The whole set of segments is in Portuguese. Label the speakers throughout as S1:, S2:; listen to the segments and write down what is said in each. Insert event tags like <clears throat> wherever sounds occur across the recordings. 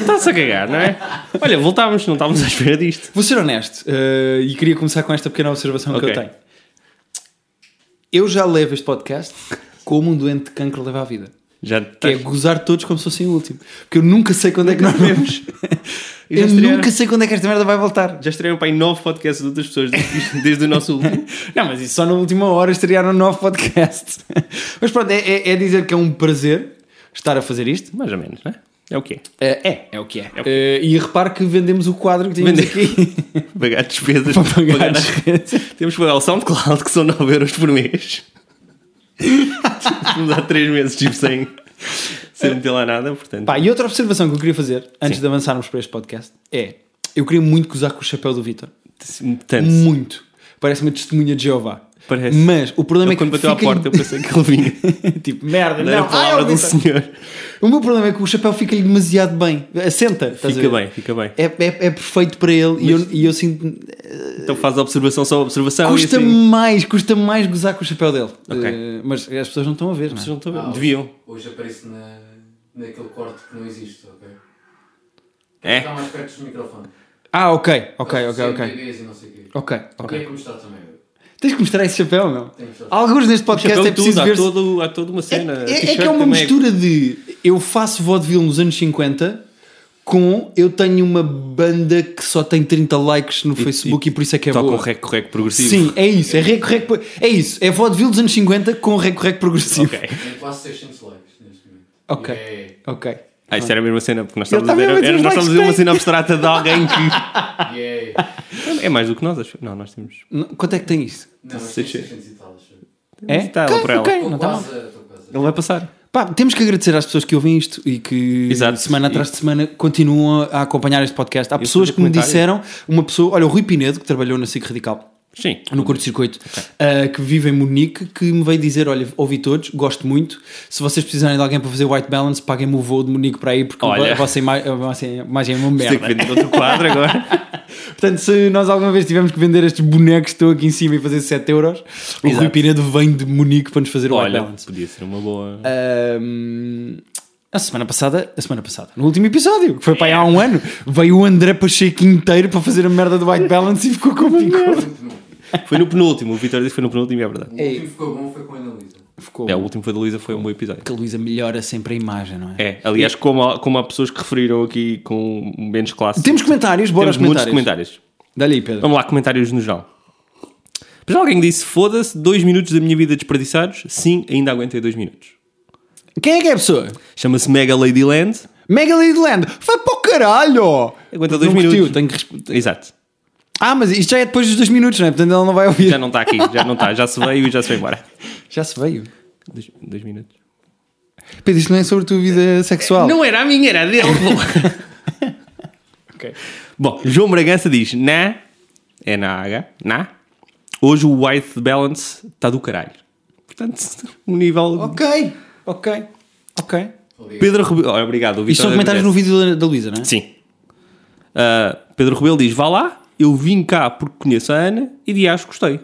S1: Está-se a cagar, não é? Olha, voltámos, não estávamos à espera disto.
S2: Vou ser honesto eh, e queria começar com esta pequena observação
S1: Ok.
S2: que eu tenho. Eu já levo este podcast como um doente de cancro leva a vida.
S1: Já
S2: Que é
S1: estás...
S2: gozar todos como se fossem o último. Porque eu nunca sei quando é que <laughs> nós vemos.
S1: E já
S2: eu
S1: estrearam?
S2: nunca sei quando é que esta merda vai voltar.
S1: Já estrearam para aí nove podcasts de outras pessoas desde, desde o nosso último.
S2: Não, mas isso só na última hora estrearam um novo podcast. <laughs> mas pronto, é, é- é dizer que é um prazer estar a fazer
S1: <laughs>
S2: isto.
S1: Mais ou menos, não é? É o quê?
S2: Eh, é, é o que é. Eh, e repare que vendemos o quadro que tínhamos
S1: Vende-
S2: <laughs> aqui.
S1: Pagar despesas.
S2: Para pagar
S1: as-
S2: despesas.
S1: Temos que pagar o SoundCloud, que são 9 euros por mês. Vamos há 3 meses, tipo, sem, sem meter lá nada, portanto.
S2: Pá, e outra observação que eu queria fazer, antes de avançarmos para este podcast, é... Eu queria muito gozar com o chapéu do Vitor.
S1: portanto
S2: Muito. Parece uma testemunha de Jeová.
S1: Parece.
S2: Mas o problema
S1: eu,
S2: é que
S1: quando bateu à
S2: fica-
S1: porta, eu pensei que ele vinha.
S2: <laughs>
S1: <laughs>
S2: tipo, merda,
S1: Era
S2: não.
S1: a
S2: Ah, é
S1: palavra
S2: o
S1: de um
S2: Vitor.
S1: senhor.
S2: O meu problema é que o chapéu fica-lhe demasiado bem. Assenta. estás a
S1: Fica
S2: ver?
S1: bem, fica bem.
S2: É, é, é perfeito para ele e, eu, e eu sinto.
S1: Então faz a observação só a observação. e
S2: Custa-me
S1: assim-
S2: mais, custa-me mais gozar com o chapéu dele.
S1: Ok.
S2: Eh, mas as pessoas não estão a ver, não é?
S1: Vocês não estão a ver?
S3: Ah, hoje-
S1: Deviam.
S3: Hoje apareço na, naquele corte que não existe, ok?
S1: É.
S3: Está mais perto dos microfones.
S2: Ah, ok, ok, ok, ok.
S3: CMTVs e não sei o quê.
S2: Ok,
S3: Quem é
S2: ok.
S3: que me está também?
S2: Tens que mostrar esse chapéu, não?
S3: Tenho que mostrar.
S2: Alguns neste podcast
S1: Chapéu
S2: é
S1: de tudo,
S2: preciso
S1: há,
S2: ver.
S1: todo, há toda uma
S2: É,
S1: cena. Tipo,
S2: é- é
S1: T-shirt
S2: que é uma
S1: também
S2: mistura de eu faço vaudeville nos anos 50 com eu tenho uma banda que só tem 30 likes no Facebook e, por isso é que é
S1: Toca um
S2: boa.
S1: rec, correct progressivo.
S2: Sim, é isso, é rec, rec, é isso, é vaudeville dos anos 50 com rec, rec progressivo.
S1: Ok.
S3: Tenho quase 600 likes neste momento. é,
S2: Ok.
S3: Yeah,
S2: Ok.
S1: Ah, isto era a mesma cena, porque nós estávamos
S2: Eu
S1: a ver,
S2: estava a ver
S1: era-
S2: os
S1: nós estávamos a ver uma
S2: likes
S1: cena abstrata de alguém
S2: <laughs>
S1: que.
S3: yeah.
S1: É mais do que nós, acho. Não, nós temos.
S2: Não, Quanto é que tem isso?
S3: Não, mas tenho
S1: 600.
S3: 600 e tal, acho.
S2: É?
S1: Está ela
S2: Ok,
S1: por ela.
S2: ok, não
S3: Estou
S2: está mal.
S3: quase, a- estou quase.
S1: Ele vai passar.
S2: Pá, temos que agradecer às pessoas que ouvem isto e que
S1: Exato.
S2: semana
S1: E-
S2: atrás de semana continuam a acompanhar este podcast. Há pessoas
S1: fazer
S2: que me
S1: comentários.
S2: disseram, uma pessoa, olha, o Rui Pinedo, que trabalhou na SIC Radical,
S1: Sim.
S2: no curto-circuito, ah, que vive em Munique, que me veio dizer: Olha, ouvi todos, gosto muito. Se vocês precisarem de alguém para fazer white balance, paguem-me o voo de Munique para aí, porque
S1: Olha.
S2: a vossa ima- a vossa imagem é uma
S1: Tem que
S2: merda.
S1: vender outro quadro
S2: <laughs>
S1: agora.
S2: Portanto, se nós alguma vez tivermos que vender estes bonecos que estão aqui em cima e fazer 7 euros, o Rui
S1: Exato.
S2: Pinedo vem de Munique para nos fazer o white
S1: Olha,
S2: balance.
S1: podia ser uma boa.
S2: Ahm, a semana passada, a semana passada, no último episódio, que foi para aí há um ano, veio o André Pacheco inteiro para fazer a merda do white balance e ficou como ficou.
S1: Foi no penúltimo, o Vitor disse que foi no penúltimo e é verdade.
S3: O último ficou bom foi com a Analisa.
S2: Ficou.
S1: É, o último foi da Luísa, foi um bom episódio.
S2: Que a Luísa melhora sempre a imagem, não é?
S1: É, aliás, como há, como há pessoas que referiram aqui com menos classe.
S2: Temos comentários, bora
S1: temos
S2: aos comentários.
S1: muitos comentários.
S2: Dá-lhe aí, Pedro.
S1: Então Vamos lá, comentários no geral. Mas alguém disse: foda-se, dois minutos da minha vida desperdiçados. Sim, ainda aguentei dois minutos.
S2: Quem é que é a pessoa?
S1: Chama-se Mega Ladyland.
S2: Megaliland! Vai para o caralho!
S1: Aguenta dois
S2: Não curtiu,
S1: minutos.
S2: tenho que resp-
S1: Exato.
S2: Ah, mas isto já é depois dos dois minutos, não é? Portanto, ele não vai ouvir.
S1: Já não está aqui, já não está, já se veio e já se foi embora.
S2: Já se veio.
S1: Dois, dois minutos.
S2: Pedro, isto não é sobre a tua vida sexual.
S1: Não era a minha, era a dele.
S2: <laughs> Ok.
S1: Bom, João Bragança diz: na, é na H, na, hoje o white balance está do caralho. Portanto, <laughs> um nível.
S2: Ok, ok, ok.
S1: Pedro Rebelo. Oh, obrigado, o
S2: Isto são
S1: Vitor
S2: comentários no
S1: agradece.
S2: vídeo da, da Luísa, não é?
S1: Sim. Ah, Pedro Rebelo diz: vá lá, eu vim cá porque conheço a Ana e de acho gostei.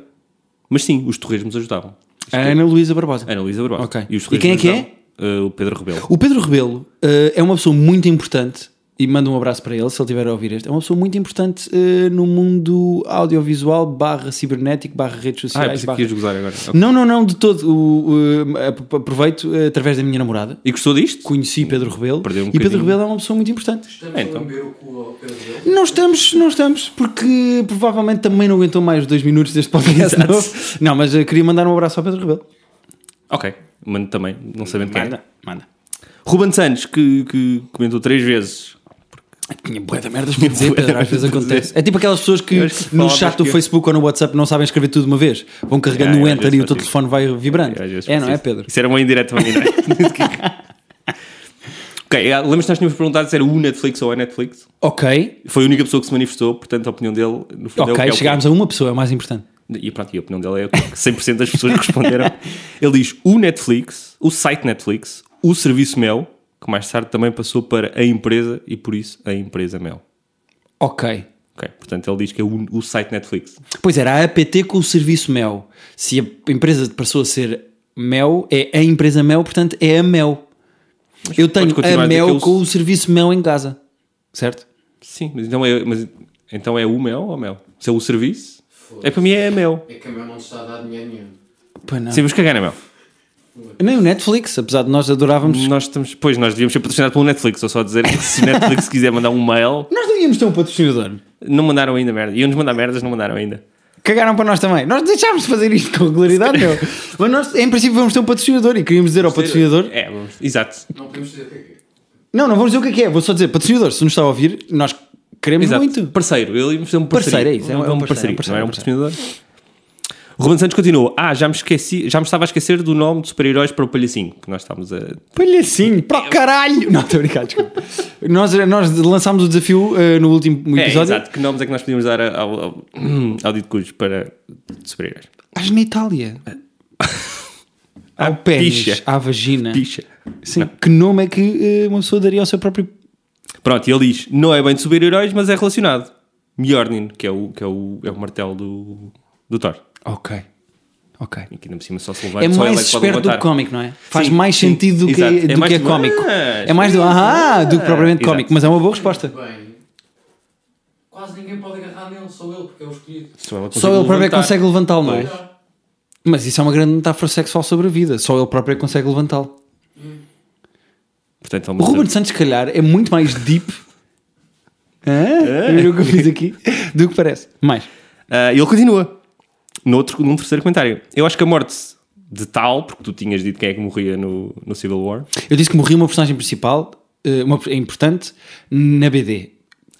S1: Mas sim, os torresmos ajudavam.
S2: A Ana Luísa Barbosa.
S1: Ana Luísa Barbosa.
S2: Ok.
S1: E, os
S2: E quem é que é?
S1: torresmos ajudavam. Ah, o Pedro Rebelo.
S2: O Pedro Rebelo eh, é uma pessoa muito importante e manda um abraço para ele se ele estiver a ouvir este. É uma pessoa muito importante eh, no mundo audiovisual barra cibernético barra redes
S1: Ah, eu
S2: sociais.
S1: pensei
S2: barra-
S1: que ias gozar agora. Ok.
S2: Não, não, não, de todo. O, o, eh, ap- aproveito eh, através da minha namorada.
S1: E gostou disto?
S2: Conheci Pedro Rebelo
S1: Perdeu um
S2: e Pedro
S1: bocadinho.
S2: Rebelo é uma pessoa muito importante.
S3: Estamos
S1: Então.
S3: a lamber o cu ao Pedro dele.
S2: Não estamos, não estamos, porque provavelmente também não aguentou mais os dois minutos deste
S1: <laughs>
S2: podcast
S1: Exato.
S2: novo. Não, mas eh, queria mandar um abraço ao Pedro Rebelo.
S1: Ok. Mano também, não sabendo quem é.
S2: Manda, manda.
S1: Ruben Santos, que, que comentou três vezes.
S2: Tinha bué da merdas
S1: <laughs>
S2: para dizer,
S1: bué da
S2: Pedro, às vezes
S1: merdas para
S2: acontece. É tipo aquelas pessoas que
S1: Eu acho que
S2: no
S1: palavras
S2: chat do
S1: que eu-
S2: Facebook ou no WhatsApp não sabem escrever tudo de uma vez. Vão carregando
S1: Yeah,
S2: no
S1: eu às
S2: enter
S1: vezes
S2: e o teu
S1: faço isso.
S2: telefone vai vibrando.
S1: Eu às vezes
S2: É,
S1: faço
S2: não é,
S1: isso.
S2: Pedro?
S1: Isso era uma indireta para mim, não é?
S2: <laughs>
S1: ok, ah, lembras-te que nós tínhamos perguntado se era o Netflix ou a Netflix?
S2: Ok,
S1: Foi a única pessoa que se manifestou, portanto a opinião dele no fundo é o que é
S2: ok,
S1: o que-
S2: chegámos a uma pessoa, é o mais importante.
S1: E pronto, e a opinião dele é o que 100% das pessoas que responderam. Ele diz o Netflix, o site Netflix, o serviço Mel, que mais tarde também passou para a empresa e por isso a empresa Mel.
S2: Ok.
S1: Ok, portanto ele diz que é o, o site Netflix.
S2: Pois era, a APT com o serviço Mel. Se a empresa passou a ser Mel, é a empresa Mel, portanto é a Mel. Eu tenho
S1: podes continuar a
S2: a
S1: dizer que
S2: Mel
S1: eu-
S2: com o serviço Mel em casa. certo?
S1: Sim, mas então é, mas então é o mel ou mel? Se é o serviço,
S3: Foda-se.
S1: é para mim é mel.
S3: É que a minha não te está a dar dinheiro nenhum.
S2: Pá, não.
S1: Sim, mas cagar é mel.
S2: Nem o Netflix, apesar de nós adorávamos.
S1: Nós estamos, pois, nós devíamos ser patrocinados pelo Netflix, ou só dizer que se Netflix quiser mandar um mail,
S2: Nós não íamos ter um patrocinador.
S1: não mandaram ainda merda. Iam-nos mandar merdas, não mandaram ainda.
S2: Cagaram para nós também. Nós deixámos de fazer isto com regularidade, meu. Mas nós, em princípio, vamos ter um patrocinador e queríamos dizer ao patrocinador.
S1: É, vamos- exato.
S3: Não podemos dizer o que é que é.
S2: Não, não vamos dizer o que é que é, vou só dizer, patrocinador, se nos está a ouvir, nós queremos
S1: Exato.
S2: muito.
S1: Parceiro, ele ia fazer um
S2: Parceiro,
S1: parceiro.
S2: é isso, é um- é um parceiro, é um parceiro,
S1: não era
S2: é um
S1: um patrocinador. Ruben Santos continuou. Ah, já me esqueci, já me estava a esquecer do nome de super-heróis para o Palhacinho, que nós estávamos a.
S2: Palhacinho, para o
S1: <laughs>
S2: caralho! Não, estou a brincar, desculpa. nós, nós lançámos o desafio eh, no último
S1: É,
S2: episódio.
S1: exato. Que nomes é que nós podíamos dar ao, ao, <clears throat> ao Dito Cujos para de super-heróis?
S2: Acho na Itália.
S1: <laughs>
S2: Ao pênis,
S1: picha.
S2: à vagina.
S1: Picha.
S2: Sim, que nome é que eh, uma pessoa daria ao seu próprio.
S1: Pronto, e ele diz: não é bem de super-heróis, mas é relacionado. Mjornin, que é o, que é o, é o martelo do, do Thor.
S2: Ok. Ok.
S1: E que ainda por cima só se levanta.
S2: É
S1: só
S2: mais
S1: ele é que pode
S2: esperto do que
S1: levantar.
S2: cómico, não é? Faz
S1: Sim,
S2: mais
S1: sim,
S2: sentido do que,
S1: exato. É
S2: do
S1: mais
S2: que é
S1: do-
S2: cómico.
S1: Ah,
S2: É mais do ah do que propriamente
S1: exato.
S2: cómico, mas é uma boa resposta.
S3: Bem, quase ninguém pode agarrar nele, só ele, porque é o escolhido.
S1: Só ele,
S2: Só ele próprio é que
S1: levantar.
S2: consegue levantá-lo, não é?
S1: Pois.
S2: Mas isso é uma grande metáfora sexual sobre a vida. Só ele próprio é que consegue levantá-lo.
S1: Portanto, ele
S2: O
S1: mostra-
S2: Ruben Santos, se calhar, é muito mais deep. <laughs> Hã? Viram o que É? eu fiz aqui? Do que parece. Mais.
S1: Ah, e ele continua. No outro, num terceiro comentário. Eu acho que a morte de tal, porque tu tinhas dito quem é que morria no, no Civil War.
S2: Eu disse que morria uma personagem principal, eh, uma, é importante, na BD.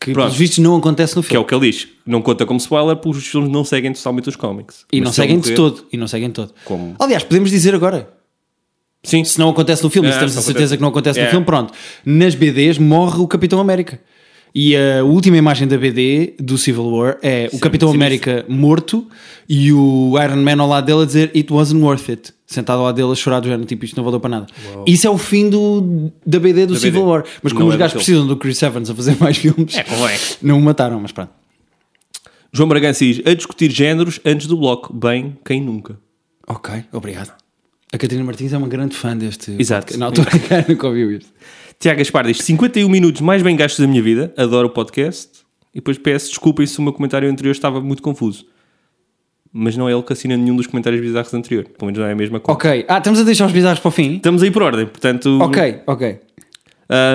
S2: Que,
S1: Pronto.
S2: pelos vistos, não acontece no
S1: Que é
S2: filme.
S1: o que ele diz. Não conta como spoiler porque os filmes não seguem totalmente os cómics.
S2: E
S1: Mas
S2: não
S1: se ele
S2: seguem de
S1: morrer-
S2: todo. E não seguem de todo.
S1: Como?
S2: Aliás, podemos dizer agora.
S1: Sim,
S2: Se não acontece no filme,
S1: É,
S2: se temos
S1: se
S2: a
S1: não
S2: certeza
S1: acontece.
S2: que não acontece no
S1: É.
S2: filme, pronto. Nas BDs morre o Capitão América. E a última imagem da BD do Civil War é o Capitão
S1: sim,
S2: América morto e o Iron Man ao lado dele a dizer It wasn't worth it. Sentado ao lado dele a chorar do género, tipo, isto não valeu para nada. Isso é o fim do, da BD do
S1: Da
S2: Civil
S1: BD.
S2: War. Mas como
S1: Não
S2: os
S1: é do
S2: gajos
S1: filme.
S2: precisam do Chris Evans a fazer mais filmes,
S1: É, convém.
S2: não o mataram, mas pronto.
S1: João Bragança diz a discutir géneros antes do bloco. Bem, quem nunca?
S2: Ok, obrigado. A Catarina Martins é uma grande fã deste.
S1: Exato.
S2: podcast. Na altura, <laughs> cara, nunca ouviu isto.
S1: Tiago Gaspar diz 51 minutos mais bem gastos da minha vida. Adoro o podcast. E depois peço desculpem se o meu comentário anterior estava muito confuso. Mas não é ele que assina nenhum dos comentários bizarros anterior. Pelo menos não é a mesma coisa.
S2: Ok, ah, estamos a deixar os bizarros para o fim.
S1: Estamos aí por ordem, portanto.
S2: Ok, ok.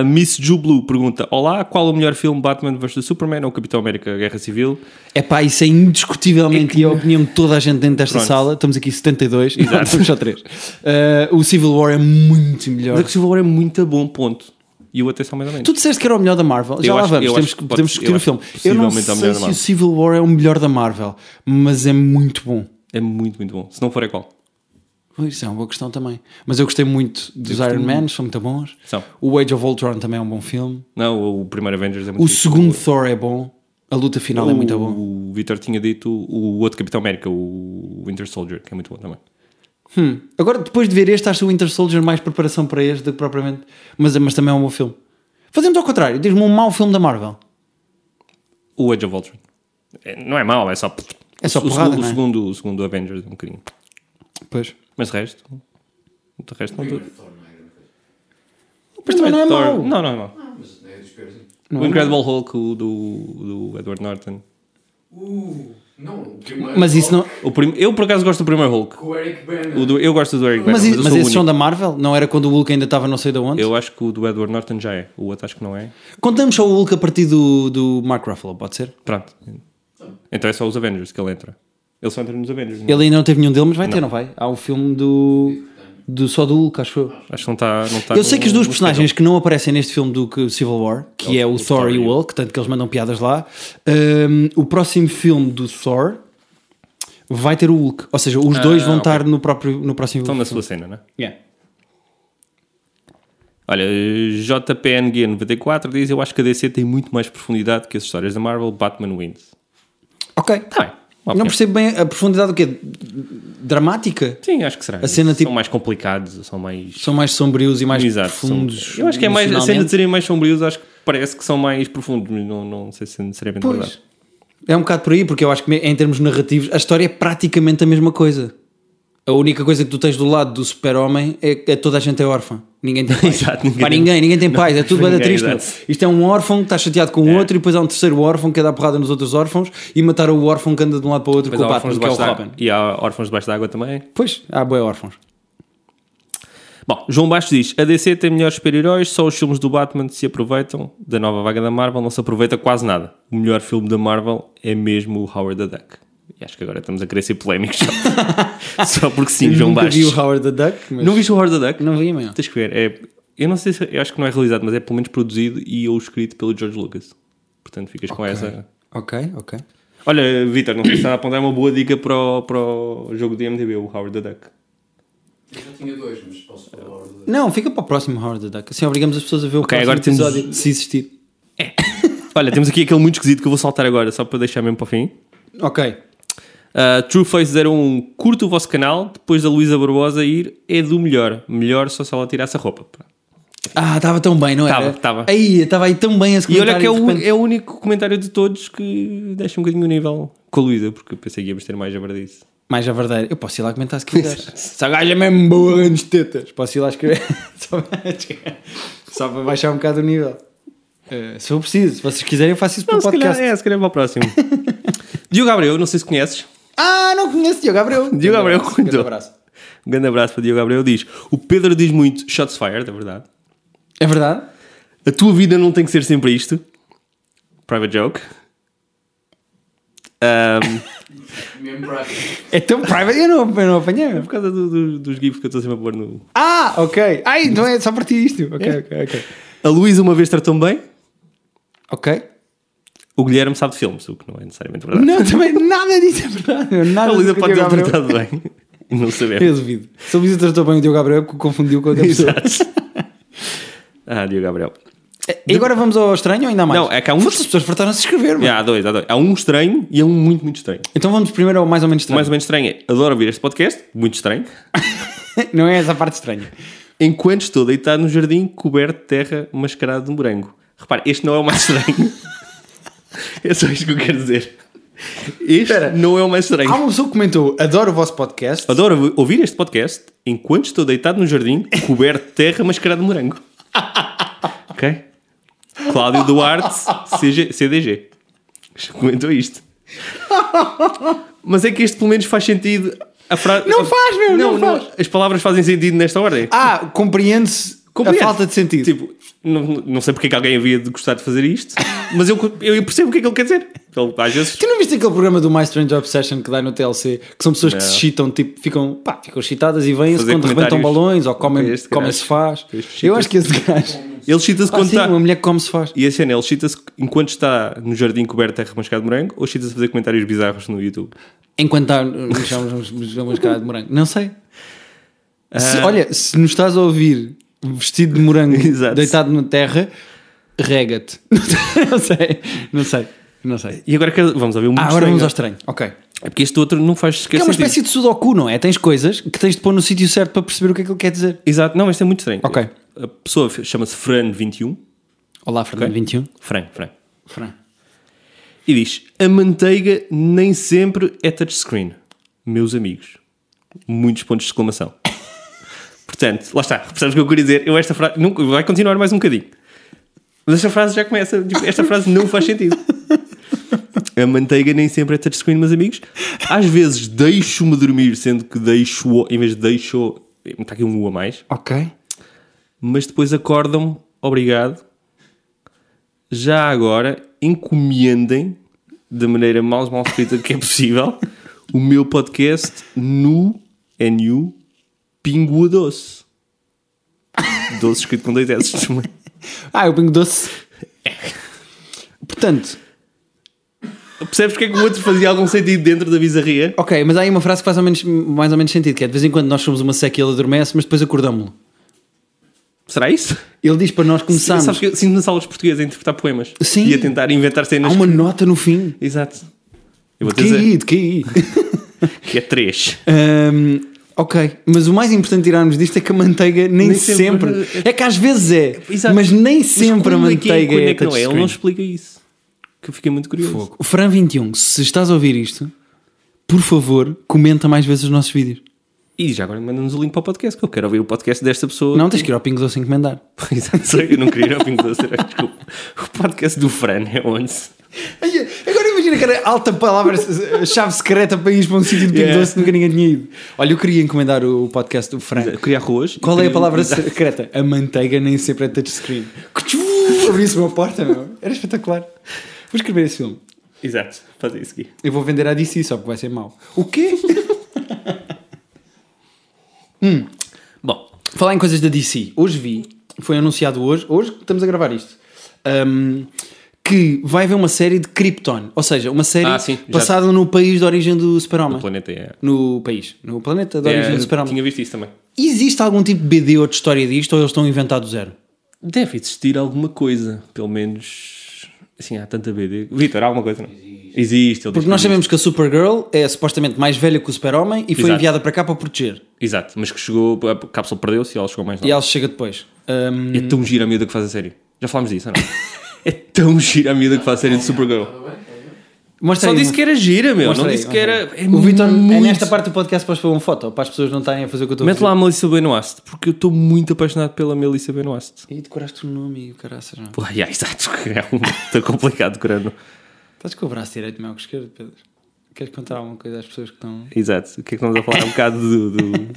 S1: Uh, Miss Jublu pergunta: Olá, qual o melhor filme Batman vs Superman ou Capitão América Guerra Civil?
S2: É pá, isso é indiscutivelmente e a opinião de toda a gente dentro desta
S1: Pronto.
S2: sala. Estamos aqui 72, Exato. estamos só 3. o Civil War é muito melhor.
S1: Mas é que o Civil War é muito bom, ponto. E o até só mais ou menos.
S2: Tu disseste que era o melhor da Marvel, já
S1: Eu
S2: lá
S1: acho-
S2: vamos,
S1: eu
S2: temos,
S1: acho
S2: que
S1: que
S2: podemos
S1: pode-
S2: discutir
S1: eu
S2: o
S1: acho
S2: filme.
S1: que
S2: Eu não
S1: possivelmente é o melhor da
S2: sei se o
S1: Marvel.
S2: Civil War é o melhor da Marvel, mas é muito bom.
S1: É muito, muito bom. Se não for, é qual?
S2: Pois, Isso é uma boa questão também. Mas eu gostei muito dos Iron Man, são muito bons.
S1: São.
S2: O Age of Ultron também é um bom filme.
S1: Não, o- o primeiro Avengers é muito
S2: O
S1: fixe.
S2: segundo Thor é bom. A luta final é muito boa.
S1: O Vitor tinha dito o outro Capitão América, o Winter Soldier, que é muito bom também.
S2: Hum. Agora, depois de ver este, acho o Winter Soldier mais preparação para este do que propriamente. Mas, mas também é um bom filme. Fazemos ao contrário, diz-me um mau filme da Marvel.
S1: O Age of Ultron. É- não é mau, é só.
S2: É só
S1: o,
S2: porrada,
S1: segundo,
S2: não é?
S1: o, segundo, o segundo Avengers é um bocadinho.
S2: Pois.
S1: Mas de resto. De resto, não tudo.
S3: Primeiro Thor não é grande coisa.
S2: Mas também não é
S1: Thor-
S2: mau.
S1: Não, não é mau.
S3: Ah, mas não é dos piores. hein?
S2: Não
S1: o
S2: é
S1: Incredible Hulk, o do, do Edward Norton.
S3: Uh, não, o primeiro.
S2: Mas isso não.
S1: O prim- Eu por acaso gosto do primeiro Hulk.
S3: Com é o Eric Banner.
S1: O do- Eu gosto do Eric Banner,
S2: Mas,
S1: mas,
S2: i-
S1: eu
S2: mas
S1: sou o
S2: esses são
S1: único.
S2: da Marvel? Não era quando o Hulk ainda estava não sei de onde?
S1: Eu acho que o do Edward Norton já é. O outro acho que não é.
S2: Contamos só o Hulk a partir do, do Mark Ruffalo, pode ser?
S1: Pronto. Então é só os Avengers que ele entra. Ele só entra nos Avengers. não é?
S2: Ele ainda não teve nenhum deles, mas vai ter, não vai? Há o filme do. do só do Hulk, acho eu.
S1: Acho que não está. Não tá
S2: Eu sei
S1: no-
S2: que os dois
S1: no
S2: personagens que não aparecem neste filme do que o Civil War, que é o, Thor, e o Hulk, tanto que eles mandam piadas lá, hum, o próximo filme do Thor vai ter o Hulk. Ou seja, os dois vão
S1: Ah, ok.
S2: estar no, próprio, no próximo
S1: Estão na
S2: filme.
S1: sua cena, né?
S2: Yeah.
S1: Olha, JPNG94 diz: Eu acho que a DC tem muito mais profundidade que as histórias da Marvel. Batman wins.
S2: Ok, está
S1: Tá bem. Uma
S2: Não
S1: opinião.
S2: percebo bem a profundidade do quê? Dramática?
S1: Sim, acho que será.
S2: A cena,
S1: são
S2: tipo-
S1: mais complicados, são mais.
S2: São mais sombrios e mais
S1: Exato, são-
S2: profundos.
S1: Eu acho que é mais. A cena de
S2: emocionalmente?
S1: serem mais sombrios, acho que parece que são mais profundos, mas não, não sei se é necessariamente
S2: Pois.
S1: verdade.
S2: É um bocado por aí, porque eu acho que me- em termos narrativos a história é praticamente a mesma coisa. A única coisa que tu tens do lado do super-homem é que toda a gente é órfã.
S1: <laughs>
S2: Ninguém tem paz.
S1: Exato, ninguém
S2: ninguém Para
S1: tem-
S2: ninguém, ninguém tem paz. É tudo bem
S1: ninguém,
S2: triste. meu.
S1: exato. É.
S2: Isto é um órfão que está chateado com o outro e depois há um terceiro órfão que é dar porrada nos outros órfãos e matar o órfão que anda de um lado para o outro
S1: Mas
S2: com
S1: há
S2: o Batman,
S1: órfãos
S2: que é o
S1: debaixo d'água.
S2: Robin.
S1: E há órfãos debaixo d'água também.
S2: Pois, há boé órfãos.
S1: Bom, João Bastos diz: A DC tem melhores super-heróis, só os filmes do Batman se aproveitam. Da nova vaga da Marvel não se aproveita quase nada. O melhor filme da Marvel é mesmo o Howard the Duck. E acho que agora estamos a querer ser polémicos <laughs> só, só porque sim, João
S2: Nunca vi
S1: Bastos.
S2: o Howard the Duck, mas
S1: Não viste o Howard the Duck?
S2: não vi, meu.
S1: Tens que ver. É, eu não sei se. Eu acho que não é realizado, mas é pelo menos produzido e ou escrito pelo George Lucas. Portanto, ficas com essa.
S2: Ok, ok.
S1: Olha, Vitor, não sei se está a apontar uma boa dica para o, para o jogo de MDB, o Howard the Duck.
S3: Eu já tinha dois, mas posso falar o do-
S2: Não, fica para o próximo Howard the Duck. Assim obrigamos as pessoas a ver o
S1: Ok,
S2: próximo
S1: agora temos-
S2: episódio, se existir.
S1: Olha, temos aqui aquele muito esquisito que eu vou saltar agora, só para deixar mesmo para o fim.
S2: Ok.
S1: Uh, Trueface01, curta o vosso canal, depois da Luísa Barbosa ir, é do melhor. Melhor só se ela tirasse a roupa. pá.
S2: Ah, estava tão bem, não era?
S1: Tava, tava.
S2: Aí, estava aí tão bem esse
S1: E olha
S2: comentário
S1: que é
S2: de
S1: o,
S2: repente-
S1: é o único comentário de todos que deixa um bocadinho o nível com a Luísa, porque eu pensei que íamos ter mais a verdade disso.
S2: Mais a verdade, eu posso ir lá comentar
S1: <laughs>
S2: se quiseres. Essa gaja é mesmo boa nas tetas. Posso ir lá escrever. <laughs> Só para- Só para baixar um bocado o nível. Eh, se eu preciso, se vocês quiserem, eu faço isso para
S1: Não,
S2: o
S1: se
S2: podcast.
S1: calhar, é, se calhar para o próximo. <laughs> Diogo Gabriel, não sei se conheces.
S2: Ah, não conheço Diogo Gabriel.
S1: é. <laughs> Diogo Gabriel
S2: Um grande
S1: contou.
S2: abraço.
S1: Um grande abraço para Diogo Gabriel. Diz: O Pedro diz muito shots fired, é verdade.
S2: É verdade?
S1: A tua vida não tem que ser sempre isto. Private joke. Ahm,
S3: Mesmo prático.
S2: É tão private. Eu não, eu não apanhei.
S1: por causa do- do- dos gifs que eu estou sempre a pôr no.
S2: Ah, ok. Ai, então é só para ti isto. Ok, ok, ok.
S1: A Luísa uma vez tratou-me bem.
S2: Ok.
S1: O Guilherme sabe de filmes, o que não é necessariamente verdade.
S2: Não, também nada disso é verdade.
S1: <laughs>
S2: meu. Nada
S1: a Luísa
S2: do que o
S1: pode ter
S2: Diogo Gabriel-
S1: tratado bem. E não
S2: <laughs>
S1: sabemos.
S2: Eu duvido. Se a Luísa tratou bem o Diogo Gabriel, porque o confundiu com outra pessoa.
S1: Ah, Diogo Gabriel.
S2: E agora vamos ao estranho ou ainda há mais?
S1: Não, é que há um-
S2: Foda-se, As pessoas fartaram-se de escrever, mano.
S1: Yeah, há dois, há dois. Há um estranho e há um muito, muito estranho.
S2: Então vamos primeiro ao mais ou
S1: O
S2: menos estranho.
S1: mais ou menos estranho é: adoro ouvir este podcast, muito estranho.
S2: <laughs> Não é essa parte estranha.
S1: Enquanto estou deitado no jardim, coberto de terra, mascarado de um morango. Repare, este não é o mais estranho. <laughs> é só isto que eu quero dizer. Este não é o mais
S2: Há um
S1: estranho.
S2: uma pessoa que comentou: adoro o vosso podcast.
S1: Adoro ouvir este podcast enquanto estou deitado no jardim, coberto de terra, mascarado de
S2: <laughs>
S1: morango. ok? Cláudio Duarte, CG, CDG. Comentou isto. Mas é que este pelo menos faz sentido. A fra...
S2: Não faz, meu, não
S1: As palavras fazem sentido nesta ordem.
S2: Ah, compreende-se
S1: Compreendo.
S2: a falta de sentido.
S1: Tipo, não, não sei porque é que alguém havia de gostar de fazer isto, mas eu, eu percebo o que é que ele quer dizer. Ele, às vezes.
S2: Tu não viste aquele programa do My Strange Obsession que dá no TLC? Que são pessoas que
S1: Não.
S2: se excitam, tipo, ficam, pá, ficam excitadas e vêm-se
S1: Fazer
S2: quando rebentam
S1: comentários.
S2: balões ou comem,
S1: Este
S2: comem
S1: gajo.
S2: se faz.
S1: Este
S2: Eu acho que esse gajo.
S1: Ele cita-se
S2: Ah,
S1: quando
S2: sim,
S1: está.
S2: uma mulher que come se faz.
S1: E a cena, ele cita-se enquanto está no jardim coberto de terra mascada de morango ou cita-se a fazer comentários bizarros no YouTube?
S2: Enquanto está, nos chamamos nos chamamos cara de morango. Não sei. Se-
S1: Ah.
S2: olha, se nos estás a ouvir vestido de morango,
S1: <laughs> Exato.
S2: deitado na terra, rega-te. <laughs> não sei, não sei, não sei.
S1: E agora quer- vamos ouvir um muito
S2: Ah, agora vamos ao
S1: estranho,
S2: estranho. Ok.
S1: não é? É porque este outro não faz esquecer.
S2: É uma espécie de sudoku, não é? Tens coisas que tens de pôr no sítio certo para perceber o que é que ele quer dizer.
S1: Exato, não, este é muito estranho.
S2: Ok.
S1: A pessoa chama-se Fran21.
S2: Olá, Fernando 21.
S1: Fran, Fran.
S2: Fran.
S1: E diz: A manteiga nem sempre é touchscreen. Meus amigos. Muitos pontos de exclamação. <laughs> Portanto, lá está. Percebes o que eu queria dizer? Eu esta frase. Nunca, vai continuar mais um bocadinho. Mas esta frase já começa. tipo, esta frase não faz sentido. A manteiga nem sempre é touchscreen, meus amigos. Às vezes deixo-me dormir, sendo que deixo. Em vez de deixo. Está aqui um U a mais
S2: Ok.
S1: mas depois acordam-me, obrigado. Já agora, encomendem, da maneira mais mal escrita que é possível, o meu podcast nu, é nu, Pingua Doce. Doce escrito com dois S também.
S2: Ah, eu pingo doce.
S1: É.
S2: Portanto,
S1: Percebes porque é que o outro fazia algum sentido dentro da bizarria?
S2: ok, mas há aí uma frase que faz ao menos- mais ou menos sentido, que é de vez em quando nós somos uma seca e ele adormece, mas depois acordamos-lo.
S1: Será isso?
S2: Ele diz para nós começarmos.
S1: Sabes que eu sinto nas aulas portuguesas a interpretar poemas
S2: Sim.
S1: e a tentar inventar
S2: Há
S1: cenas.
S2: uma nota no fim.
S1: Exato. Eu vou
S2: De
S1: dizer
S2: QI, de QI.
S1: que é três.
S2: Hum, ok, mas o mais importante tirarmos disto é que a manteiga nem,
S1: Nem sempre-
S2: sempre, É que às vezes é,
S1: Exato.
S2: mas nem
S1: Mas
S2: sempre a
S1: quando é que é, quando
S2: manteiga é,
S1: é que não é? Ele
S2: touchscreen.
S1: não explica isso. Que eu fiquei muito curioso.
S2: Fogo. Fran21, se estás a ouvir isto, por favor, comenta mais vezes os nossos vídeos.
S1: E já agora manda-nos o link para o podcast, que eu quero ouvir o podcast desta pessoa.
S2: Não, tens que ir ao Pingos ou se encomendar.
S1: <laughs> Exato, <laughs> sei, eu não queria ir ao Pingo Doce, desculpa. O podcast do Fran é onde?
S2: Ai, Agora imagina que era alta palavra, eh, chave secreta para ir para um sítio de Pingo
S1: Yeah.
S2: Doce nunca ninguém tinha ido. Olha, eu queria encomendar o podcast do
S1: Eu
S2: Frank.
S1: queria arroz.
S2: Qual é a palavra
S1: Exato.
S2: secreta? A manteiga nem sempre é touchscreen. Cuchu! Abriu-se uma porta, meu. Era espetacular. Vou escrever esse filme.
S1: Exato, faz isso aqui.
S2: Eu vou vender à DC só porque vai ser mau. O quê?
S1: Bom,
S2: <laughs> Falar em coisas da DC. Hoje vi, foi anunciado hoje, hoje que estamos a gravar isto, hum, que vai haver uma série de Krypton. Ou seja, uma série
S1: Ah, sim, já-
S2: passada no país de origem do
S1: o
S2: super-homem.
S1: planeta é.
S2: No país, no planeta de origem
S1: é
S2: do super-homem.
S1: tinha visto isso também.
S2: Existe algum tipo de BD ou de história disto ou eles estão inventados do zero?
S1: Deve existir alguma coisa, pelo menos. Assim, há tanta BD. Vitor, há alguma coisa? Não? Existe. ele diz
S2: Porque
S1: que
S2: nós
S1: existe.
S2: sabemos que a Supergirl é supostamente mais velha que o super-homem e foi
S1: Exato.
S2: enviada para cá para proteger.
S1: Exato, mas que chegou. A cápsula perdeu-se e ela chegou mais
S2: E
S1: lá.
S2: ela chega depois. Hum,
S1: É tão gira a miúda que faz a série. Já falámos disso, ou <laughs> não? é tão gira a miúda que faz a série de
S3: tá
S1: Supergirl.
S2: mostra
S1: Só
S2: aí
S1: disse
S2: uma-
S1: que era gira, meu.
S2: mostra
S1: Não
S2: aí,
S1: disse que
S2: mostra
S1: era.
S2: aí.
S1: é
S2: o Vitor, é
S1: muito-
S2: nesta parte do podcast para pôr uma foto, para as pessoas não estarem a fazer o que eu estou a
S1: Mete
S2: fazer.
S1: lá a Melissa Benoist, porque eu estou muito apaixonado pela Melissa Benoist.
S2: E decoraste o nome e o caraças, não.
S1: Pô, yeah, exato, <laughs> que é um muito complicado, carano.
S2: Estás com o braço direito maior que o esquerdo, Pedro? Queres contar alguma coisa às pessoas que estão.
S1: Exato, o que é que estamos a falar? É um bocado do. do-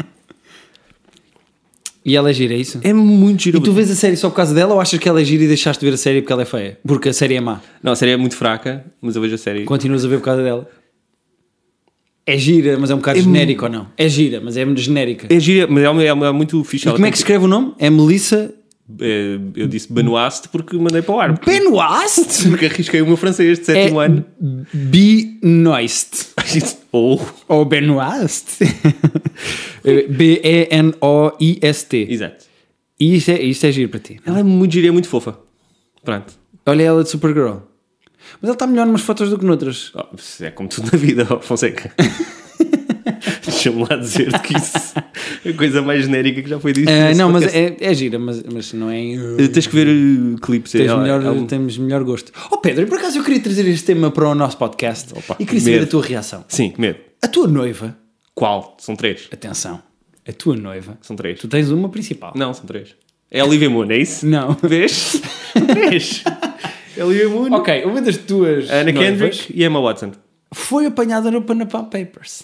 S2: E ela é gira, é isso?
S1: <laughs> É muito giro.
S2: E tu vês a série só por causa dela ou achas que ela é gira e deixaste de ver a série porque ela é feia? Porque a série é má.
S1: Não, a série é muito fraca, mas eu vejo a série.
S2: Continuas a ver por causa dela. É gira, mas é um bocado genérico ou não? É gira, mas é genérica.
S1: É gira, mas é, uma- é, uma- é muito fixe.
S2: E
S1: ela
S2: como é que
S1: tem-
S2: se escreve o nome? É Melissa
S1: é, eu disse Benoist porque mandei para o <laughs> ar.
S2: Benoist?
S1: Porque arrisquei o meu francês de
S2: É
S1: sétimo <laughs> ano.
S2: Benoist.
S1: Ou.
S2: Ou <laughs> Benoist? É, B-E-N-O-I-S-T.
S1: Exato.
S2: E isto é, isto é giro para ti.
S1: Ela é muito gira e é muito fofa. Pronto.
S2: Olha ela de Supergirl. Mas ela está melhor numas fotos do que noutras.
S1: Oh, isso é como tudo na vida, oh,
S2: <laughs>
S1: Fonseca. Deixa-me lá dizer-te que isso é a coisa mais genérica que já foi dito.
S2: Ah,
S1: nesse
S2: não, mas
S1: podcast.
S2: é, é gira, mas, mas não é. um-
S1: Eh, Tens que ver eh, clipes.
S2: Tens
S1: ela-
S2: melhor,
S1: ela-
S2: Temos melhor gosto. Oh Pedro, e por acaso eu queria trazer este tema para o nosso podcast
S1: Opa,
S2: e queria saber
S1: medo.
S2: a tua reação.
S1: Sim, que medo.
S2: A tua noiva,
S1: Qual? São três.
S2: atenção, a tua noiva,
S1: São três.
S2: tu tens uma principal.
S1: Não, são três. É a Olivia Moon, é isso?
S2: Não.
S1: Vês? Vês? É a Olivia Moon.
S2: ok, é uma das tuas.
S1: Ana
S2: noivas
S1: Kendrick e Emma Watson.
S2: Foi apanhada no Panama Papers.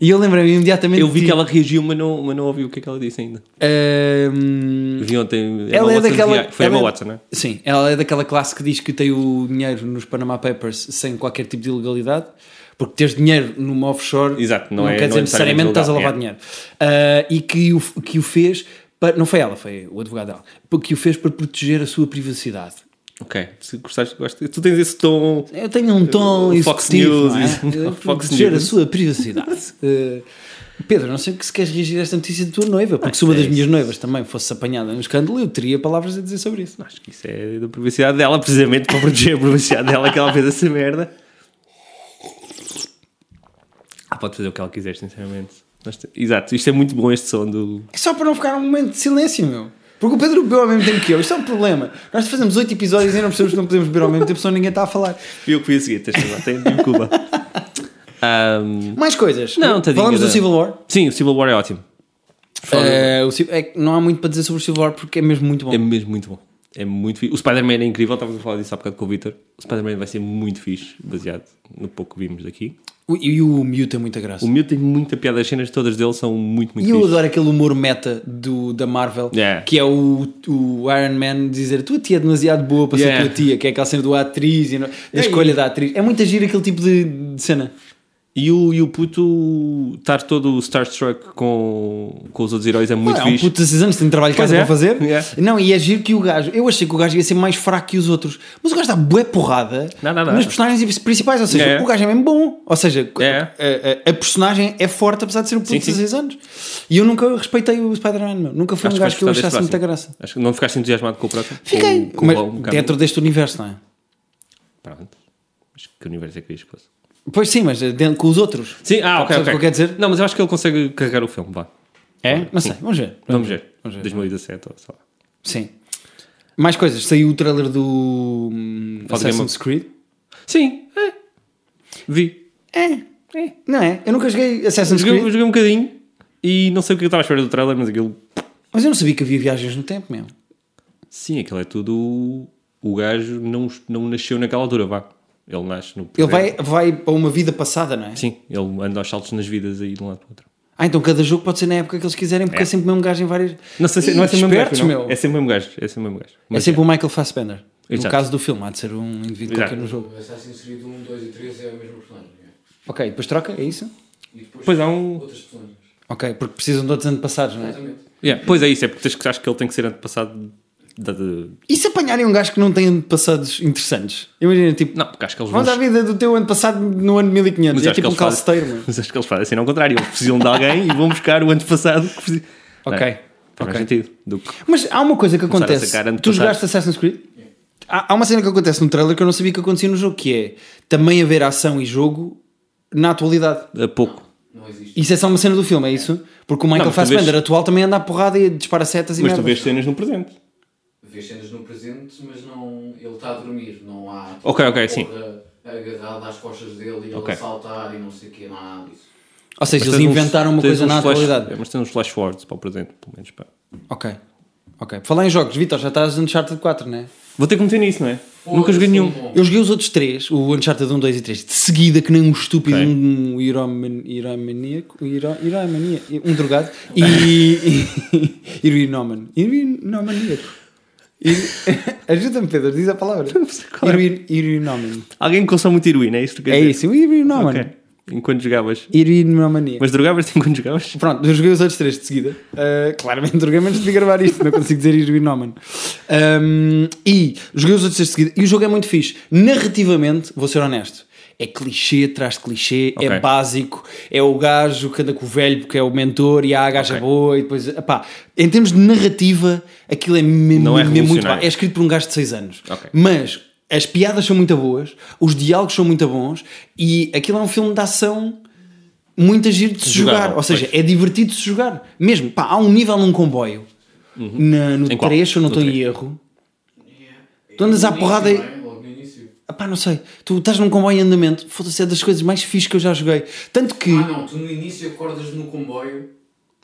S2: E eu lembrei-me imediatamente.
S1: Um. Eu vi
S2: de
S1: que
S2: ti.
S1: ela reagiu, mas não, mas não ouvi o que é que ela disse ainda.
S2: Ahm,
S1: Vi ontem. Emma
S2: Ela é
S1: Watson
S2: daquela.
S1: rea- Foi
S2: ela
S1: Emma
S2: é-
S1: Watson, não é?
S2: Sim, ela é daquela classe que diz que tem o dinheiro nos Panama Papers sem qualquer tipo de ilegalidade, porque teres dinheiro numa offshore
S1: Exato, não é-
S2: quer
S1: não
S2: dizer
S1: é
S2: necessariamente
S1: necessariamente
S2: que estás a lavar
S1: ilegal,
S2: dinheiro. Ah, e que o, que o fez. Para, não foi ela, foi o advogado dela. Que o fez para proteger a sua privacidade.
S1: Ok. Se gostaste, gosto. Tu tens esse tom.
S2: Eu tenho um tom
S1: Uh,
S2: executivo,
S1: Fox News,
S2: não é?
S1: isso.
S2: Eu
S1: Fox
S2: vou proteger
S1: News.
S2: a sua privacidade. <laughs> Uh, Pedro, não sei o que se queres reagir a esta notícia da tua noiva, porque se uma das minhas noivas também fosse apanhada no escândalo, eu teria palavras a dizer sobre isso.
S1: Acho que isso é da privacidade dela, precisamente para proteger a privacidade dela que ela fez essa merda. Ah, pode fazer o que ela quiser, sinceramente. Nós te- Exato, isto é muito bom este som do.
S2: É só para não ficar um momento de silêncio, meu. Porque o Pedro bebeu ao mesmo tempo que eu, isso é um problema. Nós fazemos oito episódios e não percebemos que não podemos beber ao mesmo tempo, só ninguém está a falar.
S1: Fui eu que fui a seguir, tens razão, tem de Cuba. Ahm,
S2: Mais coisas.
S1: Não, tadinha
S2: Falamos
S1: da-
S2: do Civil War.
S1: sim, o Civil War é ótimo.
S2: É, o Ci- é que não há muito para dizer sobre o Civil War porque é mesmo muito bom.
S1: É mesmo muito bom. É muito fi- O Spider-Man é incrível, estávamos a falar disso há bocado com o Victor. O Spider-Man vai ser muito fixe, baseado no pouco que vimos aqui.
S2: O- E o Mew tem muita graça.
S1: O meu tem muita piada, as cenas todas dele são muito, muito
S2: E eu
S1: fixe.
S2: adoro aquele humor meta do, da Marvel,
S1: Yeah.
S2: que é o, o Iron Man dizer tua tia é demasiado boa para
S1: Yeah.
S2: ser tua tia, que é aquela cena do atriz e no- da escolha da atriz. É muito agir aquele tipo de, de cena.
S1: E o, e o puto estar todo starstruck com, com os outros heróis é muito
S2: Não, é um
S1: fixe.
S2: puto de 16 anos, tem trabalho de
S1: Pois
S2: casa
S1: é.
S2: para fazer.
S1: Yeah.
S2: Não, e é giro que o gajo. Eu achei que o gajo ia ser mais fraco que os outros, mas o gajo dá bué porrada
S1: Não, não, não.
S2: nos personagens principais. Ou seja,
S1: Yeah.
S2: o gajo é mesmo bom. Ou seja,
S1: Yeah.
S2: a, a- a personagem é forte apesar de ser um puto
S1: É. Sim,
S2: de
S1: sim.
S2: 16 anos. E eu nunca respeitei o Spider-Man, meu. nunca foi um
S1: vais
S2: gajo que eu
S1: gostar deste
S2: achasse muita
S1: próximo.
S2: graça.
S1: Acho que não ficaste entusiasmado com o próximo?
S2: Fiquei.
S1: Com, com
S2: mas é
S1: o- com o Cabo?
S2: dentro deste universo, não é?
S1: Pronto. Mas que universo é que querias que fosse?
S2: Pois sim, mas dentro, com os outros.
S1: Sim, ah, ok, ok.
S2: Sabes o que eu quero dizer?
S1: Não, mas eu acho que ele consegue carregar o filme, vá.
S2: É? Não sei, vamos ver.
S1: Vamos ver.
S2: ver.
S1: 2017 ou sei lá.
S2: Sim. Mais coisas. Saiu o trailer do hum,
S1: Faz
S2: Assassin's Creed.
S1: Sim, é. Vi.
S2: É. Não é? Eu nunca joguei Assassin's
S1: Joguei,
S2: Creed.
S1: joguei um bocadinho. E não sei o que eu estava à espera do trailer, mas aquilo.
S2: Mas eu não sabia que havia viagens no tempo mesmo.
S1: Sim, aquilo é tudo. O gajo não, não nasceu naquela altura, vá. Ele nasce no.
S2: Ele vai, vai para uma vida passada, não é?
S1: É. Sim, ele anda aos saltos nas vidas aí de um lado para o outro.
S2: Ah, então cada jogo pode ser na época que eles quiserem, porque é, sempre o mesmo gajo em várias.
S1: Não, sei, se-
S2: Ih,
S1: não é sempre o mesmo
S2: espertos,
S1: gajo. não.
S2: meu.
S1: É sempre o mesmo gajo. É sempre o mesmo gajo.
S2: É
S1: Mas
S2: sempre o Michael Fassbender. No
S1: Exato.
S2: caso do filme, há de ser um indivíduo
S1: Exato.
S2: qualquer no jogo.
S3: O Assassin's Creed 1, 2 e 3 é o mesmo personagem. é.
S2: Ok, depois troca, é isso?
S3: E depois
S1: Pois há um-
S3: outras personagens.
S2: Ok, porque precisam de outros antepassados, não é?
S3: Exatamente.
S1: Yeah, Pois é isso, é porque tens que acho que ele tem que ser antepassado. da- de-
S2: E se apanharem um gajo que não tem antepassados interessantes? Imagina, tipo,
S1: Não, porque acho que eles
S2: vamos à
S1: vão.
S2: vida do teu antepassado no ano 1500.
S1: Mas
S2: é
S1: acho
S2: tipo
S1: que
S2: um
S1: eles fazem-
S2: calceteiro, mano.
S1: <laughs> Mas acho que eles fazem assim, não ao contrário. Eles precisam de alguém e vão buscar o antepassado que precisam.
S2: Ok,
S1: Não é? Faz mais
S2: ok.
S1: sentido. Do que-
S2: Mas há uma coisa que
S1: Começar a
S2: acontece.
S1: sacar
S2: Tu
S1: antepassados.
S2: jogaste Assassin's Creed? Há, há uma cena que acontece no trailer que eu não sabia que acontecia no jogo, que é também haver ação e jogo na atualidade.
S1: A pouco.
S3: Não existe.
S2: Isso é só uma cena do filme, é isso? Porque o Michael
S1: Não, mas tu
S2: Fassbender
S1: vês-
S2: atual também anda à porrada e dispara setas e
S1: Mas tu
S2: merdas.
S1: vês cenas no presente.
S3: Vês cenas no presente, mas não. Ele está a dormir, não há. tipo,
S1: Ok, ok,
S3: uma
S1: sim.
S3: porra Agarrada às costas dele e
S1: Ok.
S3: ele a saltar e não sei o que, não há nada disso.
S2: Ou seja,
S1: Mas
S2: eles
S1: tens uns-
S2: inventaram uma
S1: tens
S2: coisa
S1: uns
S2: na
S1: flash-
S2: atualidade.
S1: é, Mas tens uns flash forwards para o presente, pelo menos. pá.
S2: Ok. Ok. Por Falar em jogos, Vitor, já estás no Uncharted 4, não é?
S1: Vou ter que meter nisso, não é? Nunca joguei nenhum.
S3: Foda-se, um bom.
S2: Eu joguei os outros três, o Uncharted 1, 2 e 3, de seguida, que nem um estúpido,
S1: Ok.
S2: um iroman- iromaníaco, iro- iromania- um drogado
S1: <laughs>
S2: e. e Iroinoman. Iroinomaníaco. Ir- <laughs> Ajuda-me, Pedro, diz a palavra.
S1: sei qual é.
S2: Iroin- Iroinoman.
S1: Alguém que consome muito heroína, é isso que tu
S2: É
S1: queres dizer?
S2: isso, o Iroinoman.
S1: Ok. Enquanto jogavas.
S2: Iroinomania.
S1: Mas drogavas-te <laughs> enquanto jogavas?
S2: Pronto, eu joguei os outros três de seguida. Uh, claramente, droguei antes de gravar isto, não consigo dizer Irwinoman. Um, e joguei os outros três de seguida. E o jogo é muito fixe. Narrativamente, vou ser honesto. É clichê, traz de clichê, é
S1: Ok.
S2: básico, é o gajo que anda com o velho porque é o mentor e há a gaja é
S1: Ok.
S2: boa e depois. Epá, em termos de narrativa, aquilo é mesmo,
S1: Não é
S2: mesmo muito
S1: revolucionário.
S2: bá- É escrito por um gajo de 6 anos.
S1: Ok.
S2: Mas as piadas são muito boas, os diálogos são muito bons e aquilo é um filme de ação muito giro de se jogar.
S1: Jogável,
S2: Ou seja,
S1: pois.
S2: é divertido de se jogar. Mesmo, pá, há um nível num comboio. Na- no
S1: Uhum. Em qual?
S2: 3, se eu não
S1: No
S2: estou em
S1: três.
S2: erro. Tu andas
S3: No
S2: à
S3: início,
S2: porrada e-
S3: não é? Logo no início.
S2: Ah, pá, não sei. Tu estás num comboio em andamento. Foda-se, é das coisas mais fixe que eu já joguei. Tanto que.
S3: Ah não, tu no início acordas no comboio.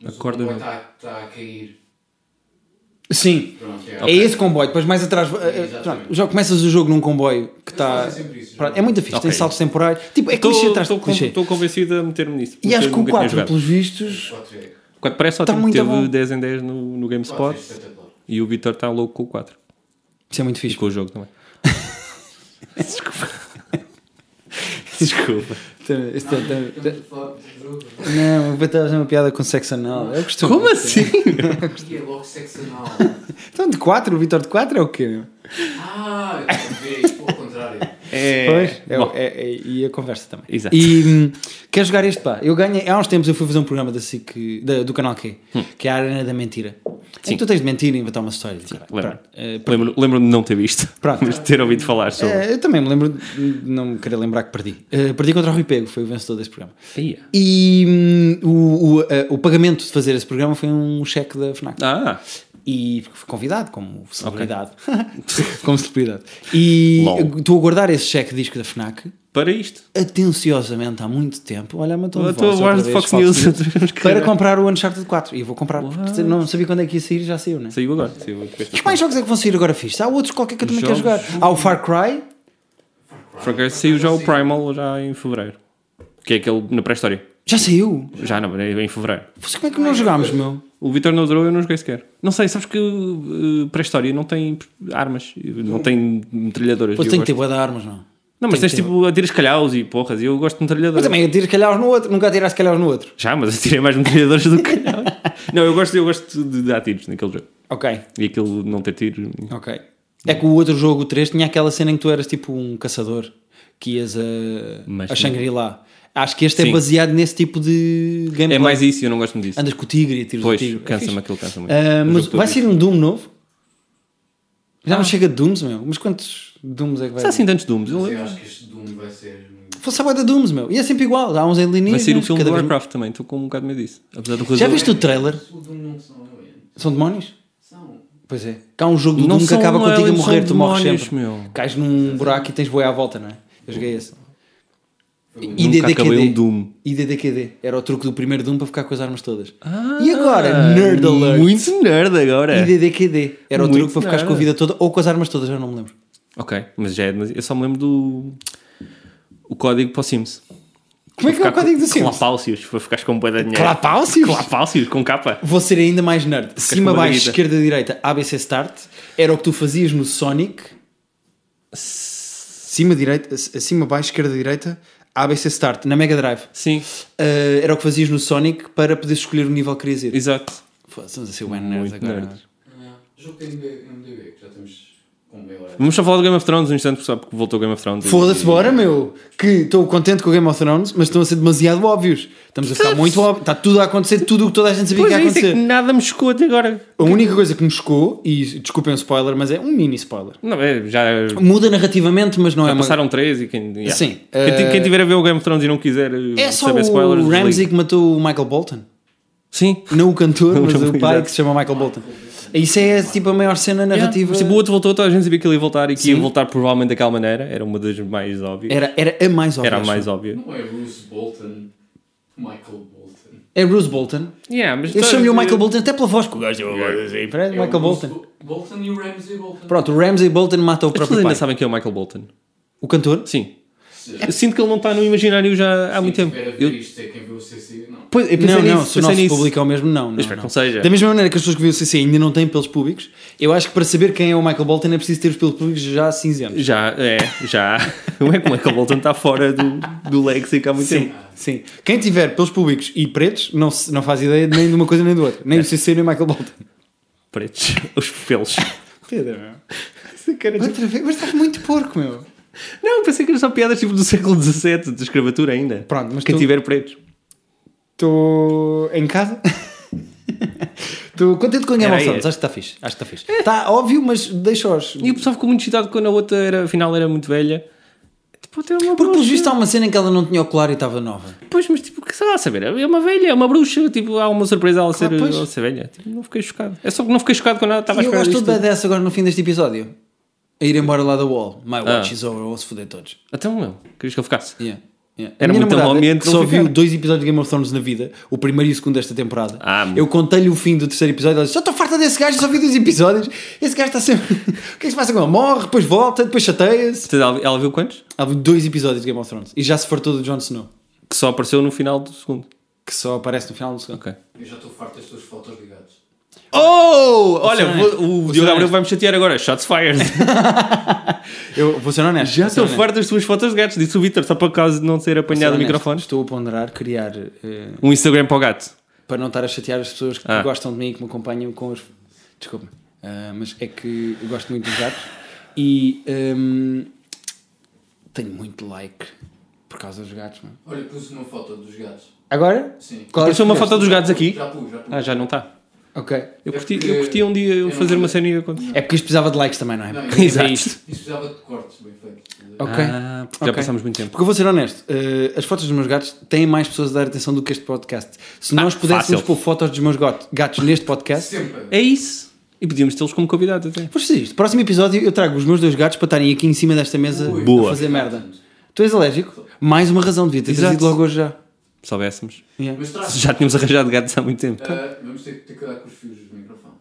S3: mas
S1: Acordas
S3: O comboio está está a cair.
S2: Sim.
S3: Pronto, é.
S2: É esse comboio, depois mais atrás. eh, eh,
S3: Exatamente.
S2: pronto, já começas o jogo num comboio que
S3: Eles
S2: está.
S3: fazem sempre isso,
S2: Pronto,
S3: já.
S2: É muito fixe, tem
S1: Ok.
S2: saltos temporários. Tipo, é
S1: Estou-
S2: clichê atrás de
S1: estou con-
S2: clichê.
S1: Estou convencido a meter-me nisso.
S2: E
S1: porque
S2: acho que o
S1: nunca tinha
S2: 4,
S1: jogado.
S2: pelos vistos.
S3: Quatro é- quatro
S1: O 4 parece só
S2: Tá
S1: tipo,
S2: muito
S1: teve
S2: bom.
S1: 10 em 10 no, no GameSpot
S3: é espetacular.
S1: e o Vitor está louco com o 4
S2: Isso é muito
S1: e
S2: fixe.
S1: com o
S2: <laughs>
S1: jogo também. Desculpa. <laughs> Desculpa.
S3: é
S2: Este- este-
S3: Estamos a falar de jogo.
S2: Não, eu estava a fazer uma piada com sexo anal. Eu costumo.
S1: Como assim?
S3: E é logo sexo anal.
S2: Então, de 4, o Vitor de 4 é o quê? meu?
S3: Ah, eu vi, pô, ao contrário.
S1: É...
S2: Pois, é,
S1: Bom,
S2: é, é- e a conversa também.
S1: Exato.
S2: E hum, quer jogar este pá? Eu ganhei, há uns tempos eu fui fazer um programa da SIC, da- do canal Q, que é a Arena da Mentira. Sim. tu tens de mentir e inventar uma história. Sim,
S1: lembro. Lembro- Lembro-me de não ter visto,
S2: tá. É, Pronto.
S1: mas de ter ouvido falar sobre.
S2: Eh, eu também me lembro de não me querer lembrar que perdi. Eh, perdi contra o Rui Pego, foi o vencedor desse programa.
S1: Ia.
S2: E hum, o, o, eh, o pagamento de fazer esse programa foi um cheque da FNAC.
S1: Ah,
S2: E fui convidado como celebridade. <laughs> como celebridade. E
S1: Lol.
S2: estou a guardar esse cheque de disco da FNAC
S1: para isto.
S2: atenciosamente há muito tempo. Olha, um mas estou
S1: A
S2: a
S1: tua voz de Fox News. <laughs>
S2: para comprar o Uncharted 4. E vou comprar, porque não sabia quando é que ia sair, já saiu, né?
S1: Saiu agora. Saiu agora.
S2: Que mais jogos é que vão sair agora fixe? Há outros qualquer que eu também
S1: Jogos?
S2: quero jogar. Há o Far Cry.
S1: Frank, saiu já o Primal já em fevereiro. Que é aquele na pré-história.
S2: Já saiu.
S1: Já não, é em fevereiro.
S2: Você, como é que não jogámos, meu?
S1: O Vitor não adorou, eu não joguei sequer. Não sei, sabes que uh, pré-história não tem armas, não tem metralhadoras.
S2: Pois
S1: Eu
S2: tem que
S1: gosto-
S2: ter boa de armas, não.
S1: Não, mas
S2: tem
S1: tens
S2: que ter-
S1: tipo atiras calhaus e porras, e eu gosto de
S2: Mas
S1: metralhadoras.
S2: também atira calhaus no outro. Nunca atiraste calhaus no outro.
S1: Já, mas atirei mais metralhadoras do que
S2: <laughs>
S1: calhaus. não, eu gosto, eu gosto de dar tiros naquele jogo.
S2: Ok,
S1: E aquilo não ter tiro.
S2: ok. É que o outro jogo, o 3, tinha aquela cena em que tu eras tipo um caçador que ias a,
S1: Mas
S2: a
S1: não.
S2: Shangri-La. Acho que este é
S1: Sim.
S2: baseado nesse tipo de gameplay.
S1: É mais isso, eu não gosto disso.
S2: Andas com o tigre e tiras o
S1: Pois,
S2: tigre. É
S1: cansa-me
S2: fixe.
S1: aquilo, cansa-me.
S2: Ah,
S1: O
S2: mas
S1: jogo todo
S2: vai
S1: isso.
S2: ser um Doom novo? Ah. Já não chega de Dooms, meu. Mas quantos Dooms é que vai
S1: Mas há assim tantos dooms. Eu
S3: Mas eu
S1: lembro.
S3: acho que este Doom vai ser.
S2: Fosse a boia de Dooms, meu. E é sempre igual. Há uns alienígenas.
S1: Vai sair o filme
S2: cada
S1: do
S2: vez-
S1: Warcraft também, estou com um bocado de medo disso. Apesar do
S2: Já
S1: razão-
S2: viste o trailer?
S3: O Doom não são aliens.
S2: São demónios?
S3: São.
S2: Pois é. Cá há um jogo do
S1: Não
S2: Doom que
S1: são
S2: acaba contigo a
S1: aliens,
S2: morrer.
S1: são
S2: Tu morres
S1: demónios,
S2: sempre.
S1: meu.
S2: Cais num buraco e tens boia à volta, não é? Eu joguei esse. E
S1: Nunca acabei
S2: DDQD.
S1: um Doom.
S2: E DDQD. Era o truque do primeiro Doom para ficar com as armas todas.
S1: Ah,
S2: e agora? Nerd Alert.
S1: Muito nerd
S2: E
S1: agora.
S2: DDQD. Era o
S1: Muito
S2: truque para ficares com a
S1: nada.
S2: vida toda ou com as armas todas, já não me lembro.
S1: Ok, mas já é demasiado. Eu só me lembro do. O código para o Sims.
S2: Como é que é o código do Sims?
S1: Clapáucios, para ficares com um boi de dinheiro.
S2: Clapáucios?
S1: Clapáucios, com capa.
S2: Vou ser ainda mais nerd. Cima,
S1: com uma
S2: baixo,
S1: vida.
S2: esquerda, direita, ABC Start. Era o que tu fazias no Sonic. Cima, direita, cima, baixo, esquerda, direita, ABC Start, na Mega Drive.
S1: Sim,
S2: Uh, era o que fazias no Sonic para poderes escolher o nível que querias ir.
S1: exato.
S2: Foda-se, Estamos a ser bem nerds
S1: Muito
S2: agora.
S1: nerd.
S3: Ah, jogo tem MDB, que já temos com é. meia hora.
S1: Vamos só falar do Game of Thrones um instante, pessoal, porque voltou o Game of Thrones.
S2: Foda-se, bora, meu! Que estou contente com o Game of Thrones, mas estão a ser demasiado óbvios. Estamos a ficar muito óbvio. Está tudo a acontecer, tudo o que toda a gente sabia
S1: Pois
S2: que
S1: é,
S2: ia
S1: isso é
S2: acontecer.
S1: que nada me chocou até agora.
S2: A única coisa que me chocou, e desculpem o spoiler, mas é um mini spoiler.
S1: Não, é, já
S2: Muda narrativamente, mas não é
S1: já
S2: uma.
S1: passaram três e quem. yeah.
S2: Sim,
S1: Quem, ti-
S2: eh,
S1: quem tiver a ver o Game of Thrones e não quiser
S2: É
S1: eh,
S2: só
S1: saber spoilers.
S2: o
S1: desligue.
S2: Ramsey que matou o Michael Bolton.
S1: Sim.
S2: Não o cantor,
S1: <laughs> Não,
S2: mas
S1: não,
S2: o pai
S1: exato.
S2: que se chama Michael Bolton. Isso é tipo a maior cena narrativa.
S1: Mas, tipo, o outro voltou, toda a gente sabia que ele ia voltar e que ia
S2: Sim.
S1: voltar provavelmente daquela maneira. Era uma das mais óbvias.
S2: Era, era a mais óbvia.
S1: Era a
S2: acho.
S1: mais óbvia.
S3: Não é Bruce Bolton, Michael Bolton.
S2: É Bruce Bolton.
S1: Yeah, mas
S2: Eu
S1: toda-
S2: chamo-lhe o Michael Bolton até pela voz. que o gajo tem uma voz assim, parece
S1: um
S3: É o
S2: Michael
S3: Bruce
S2: Bolton.
S3: Bo- Bolton e o Ramsey Bolton.
S2: Pronto, o Ramsey Bolton mata o
S1: As
S2: próprio
S1: pessoas
S2: pai.
S1: ainda sabem quem é o Michael Bolton.
S2: O cantor?
S1: Sim.
S3: Se-
S1: Eu sinto que ele não está no imaginário já há muito
S3: se
S1: tempo.
S3: tiver a ver
S1: Eu,
S3: isto, é quem viu o CC, não.
S1: pois, eu pensei
S2: não,
S1: nisso,
S2: não, se o
S1: pensei
S2: nosso
S1: nisso.
S2: público é o mesmo, não. não,
S1: espero
S2: não.
S1: que não seja.
S2: Da mesma maneira que as pessoas que viram o CC ainda não têm pelos públicos, eu acho que para saber quem é o Michael Bolton é preciso ter os pelos públicos já cinzentos.
S1: Já, é, já. <laughs> Não é que o Michael Bolton está fora do, do léxico há muito tempo.
S2: Sim. Quem tiver pelos públicos e pretos não, se- não faz ideia nem de uma coisa nem do outro. Nem do CC nem do Michael Bolton.
S1: Pretos, os pelos.
S2: Pedro, meu. Outra vez, mas estás muito porco, meu.
S1: Não, pensei que eram só piadas tipo do século XVII, de escravatura ainda.
S2: Pronto, mas
S1: Quem
S2: tu-
S1: tiver pretos.
S2: Estou em casa. <laughs> Estou contente com o Game
S1: Era isso. É.
S2: of Thrones. Acho que está fixe. Acho que está fixe. Está óbvio, mas deixa-os.
S1: E o pessoal ficou muito excitado quando a outra, era, afinal, era muito velha. Tipo, até uma
S2: Porque,
S1: bruxa.
S2: pelo visto, há uma cena em que ela não tinha ocular e estava nova.
S1: Pois, mas tipo, que sei lá, saber, é uma velha, é uma bruxa, tipo, há uma surpresa ela ser,
S2: pois.
S1: ela ser velha. Tipo, não fiquei chocado. É só que não fiquei chocado quando ela estava a
S2: e eu
S1: esperar
S2: gosto
S1: disto.
S2: tudo dessa agora no fim deste episódio. A ir embora lá da wall. My watch
S1: Ah.
S2: is over, vou-se foder todos.
S1: Então, meu, querias que eu ficasse.
S2: Yeah. Yeah.
S1: Era
S2: a minha
S1: muito
S2: namorada,
S1: ambiente
S2: que
S1: não
S2: só
S1: ficar.
S2: viu dois episódios de Game of Thrones na vida, o primeiro e o segundo desta temporada.
S1: Ah,
S2: eu contei-lhe o fim do terceiro episódio. Ela disse: Só estou farta desse gajo, só vi dois episódios. Esse gajo está sempre. <laughs> o que é que se passa com ele? Morre, depois volta, depois chateia-se.
S1: Portanto, Ela, ela viu quantos?
S2: Há dois episódios de Game of Thrones e já se fartou do Jon Snow,
S1: Que só apareceu no final do segundo.
S2: que só aparece no final do segundo.
S1: Ok.
S3: Eu já estou farto das tuas fotos ligadas.
S1: Oh! Olha,
S2: Senhor
S1: vou-
S2: Ernesto. O
S1: o,
S2: Senhor
S1: Diogo Gabriel
S2: Ernesto.
S1: vai me chatear agora. Shots fired.
S2: <laughs> Eu vou ser honesto.
S1: Já
S2: vou ser
S1: estou
S2: honesto.
S1: farto das tuas fotos de gatos, disse o Vitor, só para causa de não ser
S2: Vou ser
S1: apanhado o
S2: honesto.
S1: microfone.
S2: Estou a ponderar criar eh,
S1: Um Instagram para o gato.
S2: para não estar a chatear as pessoas que
S1: Ah.
S2: gostam de mim e que me acompanham com os. Desculpa, Ah, mas é que eu gosto muito dos gatos e ehm, tenho muito like por causa dos gatos. Mano.
S3: Olha, pus uma foto dos gatos.
S2: Agora?
S3: Sim.
S2: Qual é que
S1: Apareceu uma
S2: escolheste?
S1: foto dos gatos aqui.
S3: Já pus, já pus.
S1: Ah, já não está.
S2: Ok.
S1: Eu
S3: É
S1: curti,
S3: porque-
S1: eu curti um dia
S3: eu
S1: eu
S3: não
S1: fazer uma
S3: sei.
S1: cena e acontecer.
S2: É porque isto precisava de likes também, não é?
S3: Não,
S2: Porque é
S1: Exato.
S2: isto.
S3: Isso precisava de cortes bem feitos.
S2: Ok.
S1: Ah, porque já
S2: Ok.
S1: passámos muito tempo.
S2: Porque eu vou ser honesto, eh, as fotos dos meus gatos têm mais pessoas a dar atenção do que este podcast. Se nós pudéssemos
S1: fácil.
S2: pôr fotos dos meus got- gatos neste podcast,
S3: Sempre.
S1: É isso. E podíamos tê-los como convidados até.
S2: vou fazer isto. Próximo episódio eu trago os meus dois gatos para estarem aqui em cima desta mesa
S3: Ui.
S1: Boa.
S2: a fazer merda. Tu és alérgico? Mais uma razão, devia ter
S1: Exato.
S2: trazido logo hoje já.
S1: Se soubéssemos.
S2: Yeah.
S3: Mas traz.
S1: Já tínhamos <laughs> arranjado gatos há muito tempo.
S3: Ah, vamos ter que ter cuidado com os fios dos microfones.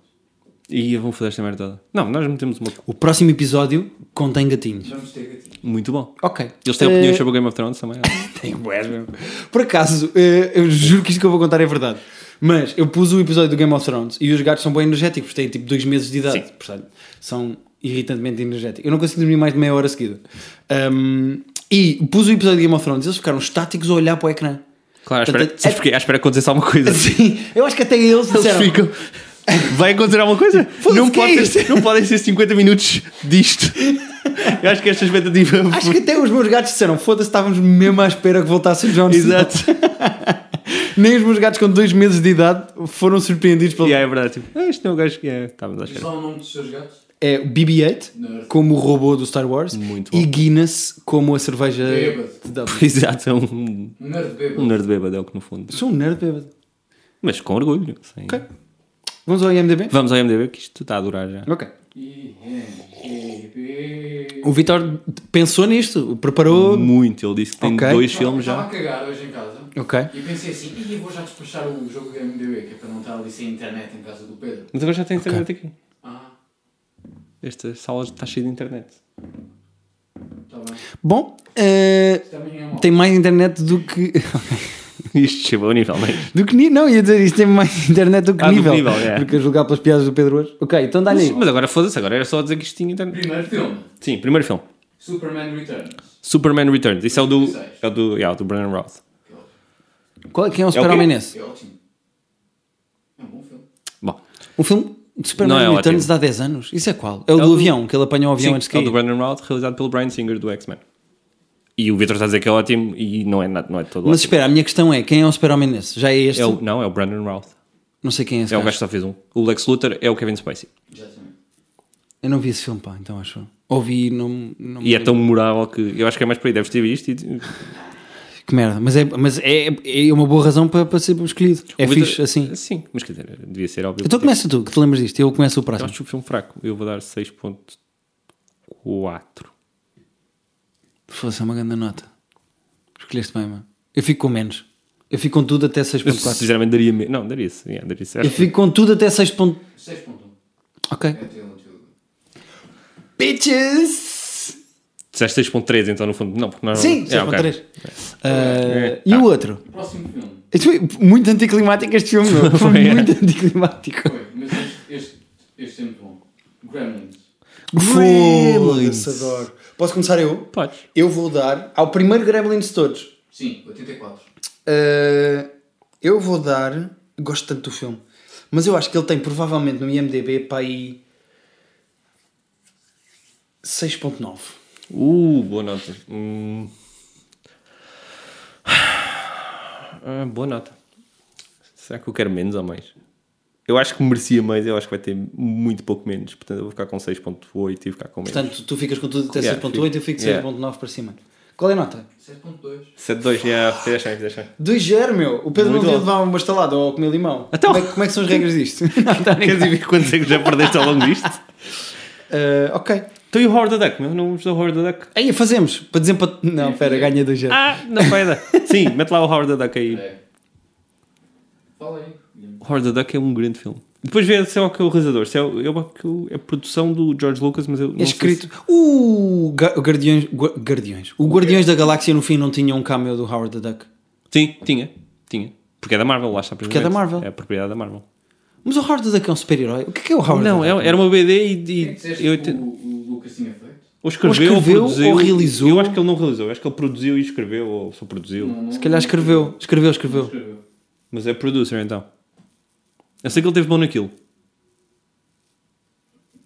S1: E vão foder esta merda toda. Não, nós metemos uma.
S2: O próximo episódio contém gatinhos.
S3: Vamos ter gatinhos.
S1: Muito bom.
S2: Ok.
S1: Eles têm
S2: Eh,
S1: opiniões sobre o Game of Thrones também.
S2: Tem bués mesmo. Por acaso, eh, eu juro que isto que eu vou contar é verdade. Mas eu pus o episódio do Game of Thrones e os gatos são bem energéticos, têm tipo dois meses de idade, portanto, são irritantemente energéticos. Eu não consigo dormir mais de meia hora seguida. Ahm, e pus o episódio do Game of Thrones, eles ficaram estáticos a olhar para o ecrã.
S1: Claro, à espera,
S2: Portanto, é-
S1: sabes porquê? À espera que acontecesse alguma coisa.
S2: Sim, eu acho que até eles
S1: Eles
S2: disseram.
S1: ficam. Vai acontecer alguma coisa?
S2: <laughs> Foda-se,
S1: Não,
S2: que é
S1: pode ter-
S2: isto?
S1: não podem ser 50 minutos disto. Eu acho que esta expectativa.
S2: Acho que até os meus gatos disseram: foda-se, estávamos mesmo à espera que voltasse o John Snow."
S1: Exato. <laughs>
S2: Nem os meus gatos com dois meses de idade foram surpreendidos pelo.
S1: E aí é verdade. Tipo, ah, este não é o gajo que é. Estávamos à
S3: Diz
S1: espera. <laughs>
S3: lá o nome dos seus gatos.
S2: é o BB-8
S3: Nerd.
S2: como o robô do Star Wars
S1: Muito
S2: e
S1: bom.
S2: Guinness como a cerveja
S3: Bêbado.
S2: de Dublin.
S1: Exato, é um,
S3: Um nerd
S1: um
S3: bêbado.
S1: nerd bêbado, é o que no fundo.
S2: Sou um nerd bêbado.
S1: Mas com orgulho. sim.
S2: Ok. Vamos ao IMDB?
S1: Vamos ao IMDB que isto está a durar já.
S2: Ok.
S3: é,
S2: O Vitor pensou nisto, preparou.
S1: Muito, ele disse que tem
S2: Ok.
S1: dois filmes
S3: Estava a
S1: já.
S3: cagar hoje em casa.
S2: Ok.
S3: E pensei assim, e eu vou já despachar o jogo do MDB, que é para não estar ali sem internet em casa do Pedro.
S1: Mas agora já tem internet aqui.
S3: Ah,
S1: Esta sala está cheia de internet. <laughs>
S3: está tá bem.
S2: Bom, eh,
S3: Isto também é mau.
S2: tem mais internet do que. <laughs>
S1: Isto chegou ao nível, não é?
S2: do que ni- Não, ia dizer isso, tem mais internet do que
S1: Ah, do que
S2: nível.
S1: nível, é.
S2: Porque a julgar pelas piadas do Pedro hoje. Ok, então dá-lhe
S1: Mas,
S2: aí.
S1: mas agora foda-se, agora era só dizer que isto tinha internet.
S3: Primeiro filme,
S1: Sim, primeiro filme.
S3: Superman Returns.
S1: Superman Returns. Isso é o do.
S3: 2006.
S1: É o do, yeah, o do Brandon Roth.
S3: Que é ótimo.
S2: Qual, quem é o super-homem nesse?
S3: É ótimo. É um bom filme.
S1: Bom,
S2: O Um filme de
S1: Não
S2: Superman
S1: é ótimo.
S2: Returns de há 10 anos. Isso é qual? É o
S1: É o
S2: do,
S1: do-
S2: avião, que ele apanhou o avião
S1: sim,
S2: um antes de
S1: é o do
S2: cair.
S1: Brandon Roth, realizado pelo Brian Singer do X-Men. E o Vitor está a dizer que é ótimo e não é, nada- não é de todo
S2: Mas
S1: ótimo.
S2: espera, a minha questão é: quem é o super-homem nesse? Já é este?
S1: É o- não, é o Brandon Roth.
S2: Não sei quem é esse.
S1: É o
S2: gajo.
S1: gajo que só fez um. O Lex Luthor é o Kevin Spacey.
S3: Exatamente.
S2: Eu não vi esse filme, pá, então acho. Ouvi e não, não me
S1: E é tão memorável que eu acho que é mais para aí. Deves ter visto. E,
S2: Que merda, mas é, mas é, é uma boa razão para, para ser escolhido. É
S1: O Vitor-
S2: fixe, assim.
S1: Sim, mas quer dizer, devia ser óbvio.
S2: Então começa tu, que te lembras disto, eu começo o
S1: Eu
S2: próximo.
S1: acho o filme fraco. Eu vou dar 6.4. Então.
S2: Fosse é uma grande nota. Escolheste bem, mano. Eu fico com menos. Eu fico com tudo até
S1: Eu
S2: 6.4.
S1: sinceramente daria. me- Não, daria isso. Yeah, daria isso.
S2: Eu fico com tudo até 6. ponto-
S3: 6.1.
S2: Ok.
S3: É teu, teu.
S2: Bitches!
S1: Disseste 6.3, então no fundo. Não, porque não
S2: Sim, 6.3.
S1: yeah, ok.
S2: Ah,
S1: É.
S2: E o outro?
S3: Próximo filme.
S2: Isto foi muito anticlimático este
S1: <laughs>
S2: filme, meu. Foi
S1: Foi, é.
S2: muito anticlimático.
S3: Foi, mas este, este, este é muito bom. Gremlins.
S1: Gremlins.
S2: adoro. Posso começar eu?
S1: Podes.
S2: Eu vou dar ao primeiro Gremlins de todos.
S3: Sim, 84.
S2: Uh, eu vou dar. Gosto tanto do filme. Mas eu acho que ele tem provavelmente no IMDB para aí. 6.9.
S1: Uh, boa nota. Hum. Ah, boa nota. Será que eu quero menos ou mais? Eu acho que merecia mais, eu acho que vai ter muito pouco menos. Portanto, eu vou ficar com 6.8 e ficar com menos.
S2: Portanto, tu ficas com tudo até
S1: Yeah,
S2: 6.8 eu
S1: fico-
S2: fico de
S1: yeah.
S2: 6.9 para cima. Qual é a nota?
S3: 7.2.
S1: 7.2, yeah, fizeste bem, fizeste bem.
S2: 2 0 meu. O
S1: Muito
S2: Pedro não devia
S1: bom. Então.
S2: levar uma estalada ou comer limão. Como, é, que- como é que são as regras
S1: <laughs>
S2: disto? <laughs>
S1: Queres ver quantos é que já perdeste ao longo disto?
S2: Uh, ok.
S1: Então e o Horde Duck? Meu? Não usou o Horde Duck?
S2: Aí fazemos. Para dizer para.
S1: <laughs>
S2: Não, espera, ganha 2 0
S1: Ah, na feira. Sim, mete lá o Horde Duck aí.
S3: É. Fala aí. Guilherme.
S1: Horde Duck é um grande filme. Depois vê se é o que é o realizador. Se é, o- eu acho que o- é produção do George Lucas, mas eu não
S2: É
S1: sei se-
S2: escrito. O Ga- o Guardiões. Gua- Guardiões. O Guardiões da Galáxia no fim não tinha um cameo do Howard the Duck.
S1: Sim, tinha. Tinha. Porque é da Marvel, lá está. Porque
S2: é da Marvel.
S1: É a propriedade da Marvel.
S2: Mas o Howard the Duck é um super-herói? O que é, que é o Howard
S1: não,
S2: the
S1: é-
S2: Duck?
S1: era uma BD e...
S3: Quem é que
S1: e
S3: disseste
S1: eu,
S3: que
S1: te-
S3: o, o Lucas tinha feito?
S1: ou escreveu,
S2: ou escreveu,
S1: produziu.
S2: ou realizou.
S1: Eu acho que ele não realizou. Eu acho que ele produziu e escreveu, ou só produziu.
S3: Não, não-
S2: Se calhar escreveu. Escreveu, escreveu.
S3: Escreveu.
S1: Mas é producer, então. Eu sei que ele teve bom naquilo.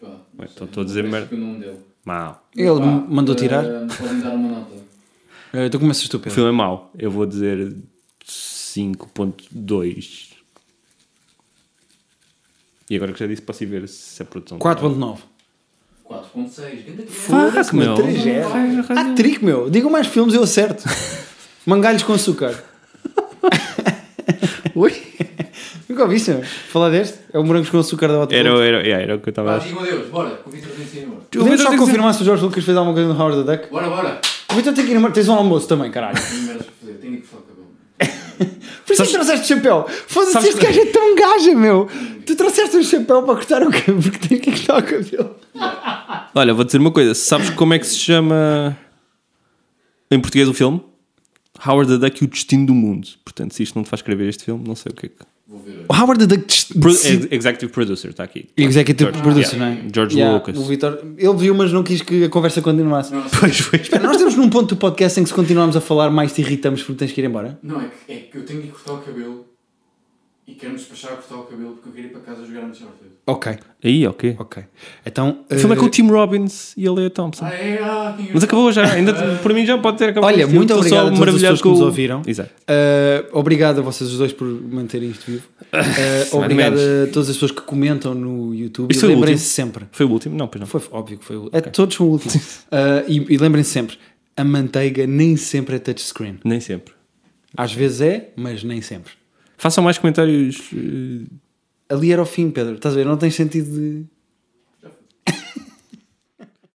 S3: Pá,
S1: Ué, então estou a dizer merda.
S3: Que o nome dele.
S1: Mau.
S2: Ele
S3: Pá,
S2: me mandou
S3: eh,
S2: tirar.
S3: podem dar uma nota.
S2: Eh, tu começas tu,
S1: O
S2: Pedro.
S1: filme é mau. Eu vou dizer 5.2. E agora que já disse, posso ir ver se é produção.
S2: 4.9.
S3: 4.6. Ganda criança.
S1: Fuck, Ah, meu.
S2: Três zero.
S1: Vai, vai.
S2: Ah, trico, meu. Digam mais filmes,
S1: <laughs>
S2: eu acerto. Mangalhos com açúcar. Ui. Nunca ouviste, meu. Falar deste? É o Morangos com Açúcar da Hot
S1: Era,
S2: Bolt.
S1: era, yeah, era o que eu estava
S3: Pá,
S1: a
S3: digam adeus. Bora. Com o Vitor tem que ir embora.
S2: Podemos só
S1: Mas eu tenho que
S2: confirmar se o Jorge Lucas fez alguma coisa no Howard the Duck?
S3: Bora, bora.
S2: O Vitor tem que ir embora. Tens um almoço também, caralho.
S3: Tenho merdas para fazer. Tenho que falar com o cabelo.
S2: Por isso é que trouxeste o chapéu. Foda-se,
S1: Sabes
S2: este
S1: que-
S2: gajo é tão gaja, meu. Tu trouxeste um chapéu para cortar o cabelo, porque tens que cortar o cabelo.
S1: Olha, vou dizer uma coisa. Sabes como é que se chama em português o filme? Howard the Duck e o Destino do Mundo. Portanto, se isto não te faz escrever este filme, não sei o que é que.
S3: Vou ver hoje.
S2: O Howard the Duck...
S1: Pro- ex- Executive Producer, está aqui.
S2: Executive
S1: é George-
S2: producer,
S1: yeah,
S2: não é?
S1: George
S2: Yeah,
S1: Lucas.
S2: O Vitor... Ele viu, mas não quis que a conversa continuasse.
S3: Não,
S1: Pois foi.
S2: Espera, nós estamos num ponto do podcast em que se continuarmos a falar mais te irritamos porque tens que ir embora.
S3: não é, que, é que eu tenho que ir cortar o cabelo e quero-me despachar a cortar o cabelo porque eu queria ir para casa jogar no Charter.
S2: Ok,
S1: Aí, ok.
S2: ok. Então...
S1: O filme é
S2: eh,
S1: com o Tim Robbins e a Leia Thompson.
S3: Ah, é? Ah, tinha-
S1: Mas acabou já. Ainda, para mim já pode ter acabado.
S2: Olha,
S1: este filme.
S2: muito
S1: Estou só
S2: obrigado a todas as
S1: maravilhado
S2: pessoas que nos
S1: com o-
S2: ouviram.
S1: Exato.
S2: Uh, obrigado a vocês os dois por manterem isto <laughs> vivo. Uh, obrigado a todas as pessoas que comentam no YouTube.
S1: Isso
S2: E
S1: foi o
S2: lembrem-se sempre.
S1: Foi o último? Não, pois não.
S2: Foi óbvio que foi o. É, Todos são o <laughs> último. Uh, e e lembrem-se sempre: a manteiga nem sempre é touchscreen.
S1: Nem sempre.
S2: Às vezes é, mas nem sempre.
S1: Façam mais comentários. eh,
S2: Ali era o fim, Pedro. Estás a ver? Não tem sentido de.